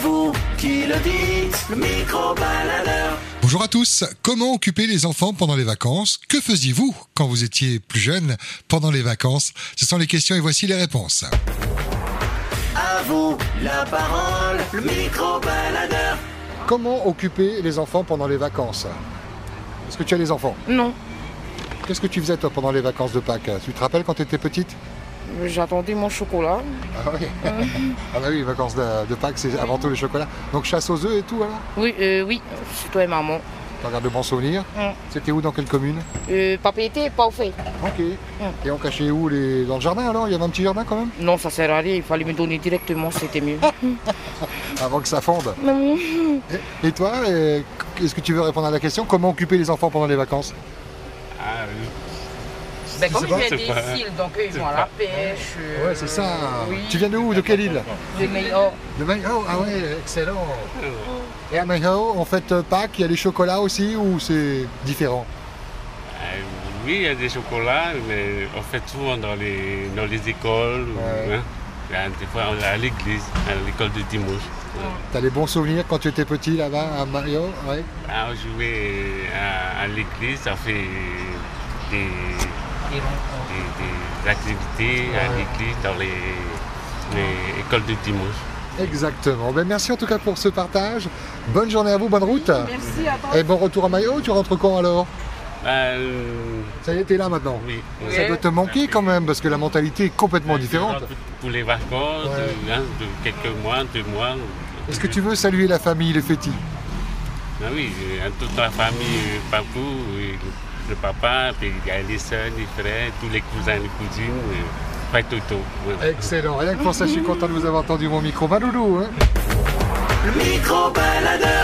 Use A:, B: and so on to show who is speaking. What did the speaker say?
A: vous qui le dites, le micro-baladeur.
B: Bonjour à tous. Comment occuper les enfants pendant les vacances Que faisiez-vous quand vous étiez plus jeune pendant les vacances Ce sont les questions et voici les réponses.
A: À vous la parole, le micro-baladeur.
B: Comment occuper les enfants pendant les vacances Est-ce que tu as les enfants
C: Non,
B: Qu'est-ce que tu faisais toi pendant les vacances de Pâques Tu te rappelles quand tu étais petite
C: Euh, j'attendais mon chocolat.
B: Ah oui. ah bah oui, les vacances de, de Pâques, c'est avant tout le chocolat. Donc chasse aux œufs et tout alors
C: Oui, euh, oui, c'est toi et maman.
B: Tu regardes de bons souvenirs.
C: Mm.
B: C'était où dans quelle commune
C: Euh, papa était pas au fait.
B: Ok. Et on cachait où les... Dans le jardin alors Il y avait un petit jardin quand même
C: Non, ça sert à rien, il fallait me donner directement, c'était mieux.
B: Avant que ça fonde. Et, et toi, euh, est-ce que tu veux répondre à la question Comment occuper les enfants pendant les vacances
D: Ah, oui.
C: ben, comme
D: C'est
C: il
D: pas-
C: y a
D: c'est
C: des
D: pas-
C: îles, donc eux, ils
D: c'est
C: vont à la
D: pas-
C: pêche. euh,
B: Ouais, c'est ça.
C: Oui,
B: Tu viens de où De quelle île
C: de Mayo.
B: De Mayo. Ah ouais, excellent.
D: Euh,
B: Et à Mayo, on fête euh, Pâques, il y a les chocolats aussi ou c'est différent
D: Ah, oui, il y a des chocolats, mais on fait souvent dans les, dans les écoles, ou,
B: Ouais.
D: hein, là, des fois on est à l'église, à l'école de dimanche. Ouais.
B: T'as les bons souvenirs quand tu étais petit là-bas à Mayo ouais.
D: Ah, on jouait à, à l'église, ça fait des, des- des activités à
B: Ouais.
D: l'église, dans les, les écoles de dimanche.
B: Exactement. Ben, merci en tout cas pour ce partage. Bonne journée à vous, bonne route.
C: Merci, attends.
B: Et bon retour à Mayo. Tu rentres quand alors
D: Euh,
B: Ça y est, t'es là maintenant.
D: oui.
B: Ça doit te manquer quand même parce que la mentalité est complètement différente.
D: Pour les vacances,
B: Ouais.
D: hein, de quelques mois, deux mois.
B: Est-ce que tu veux saluer la famille, les fétis
D: Ah oui, euh, toute la famille, euh, partout, euh, le papa, puis il y a les soeurs, les frères, tous les cousins, les cousines, euh, pas toto. voilà.
B: Excellent. Rien que pour ça, je suis content de vous avoir entendu mon micro. Maloulou. hein
A: Le micro-baladeur.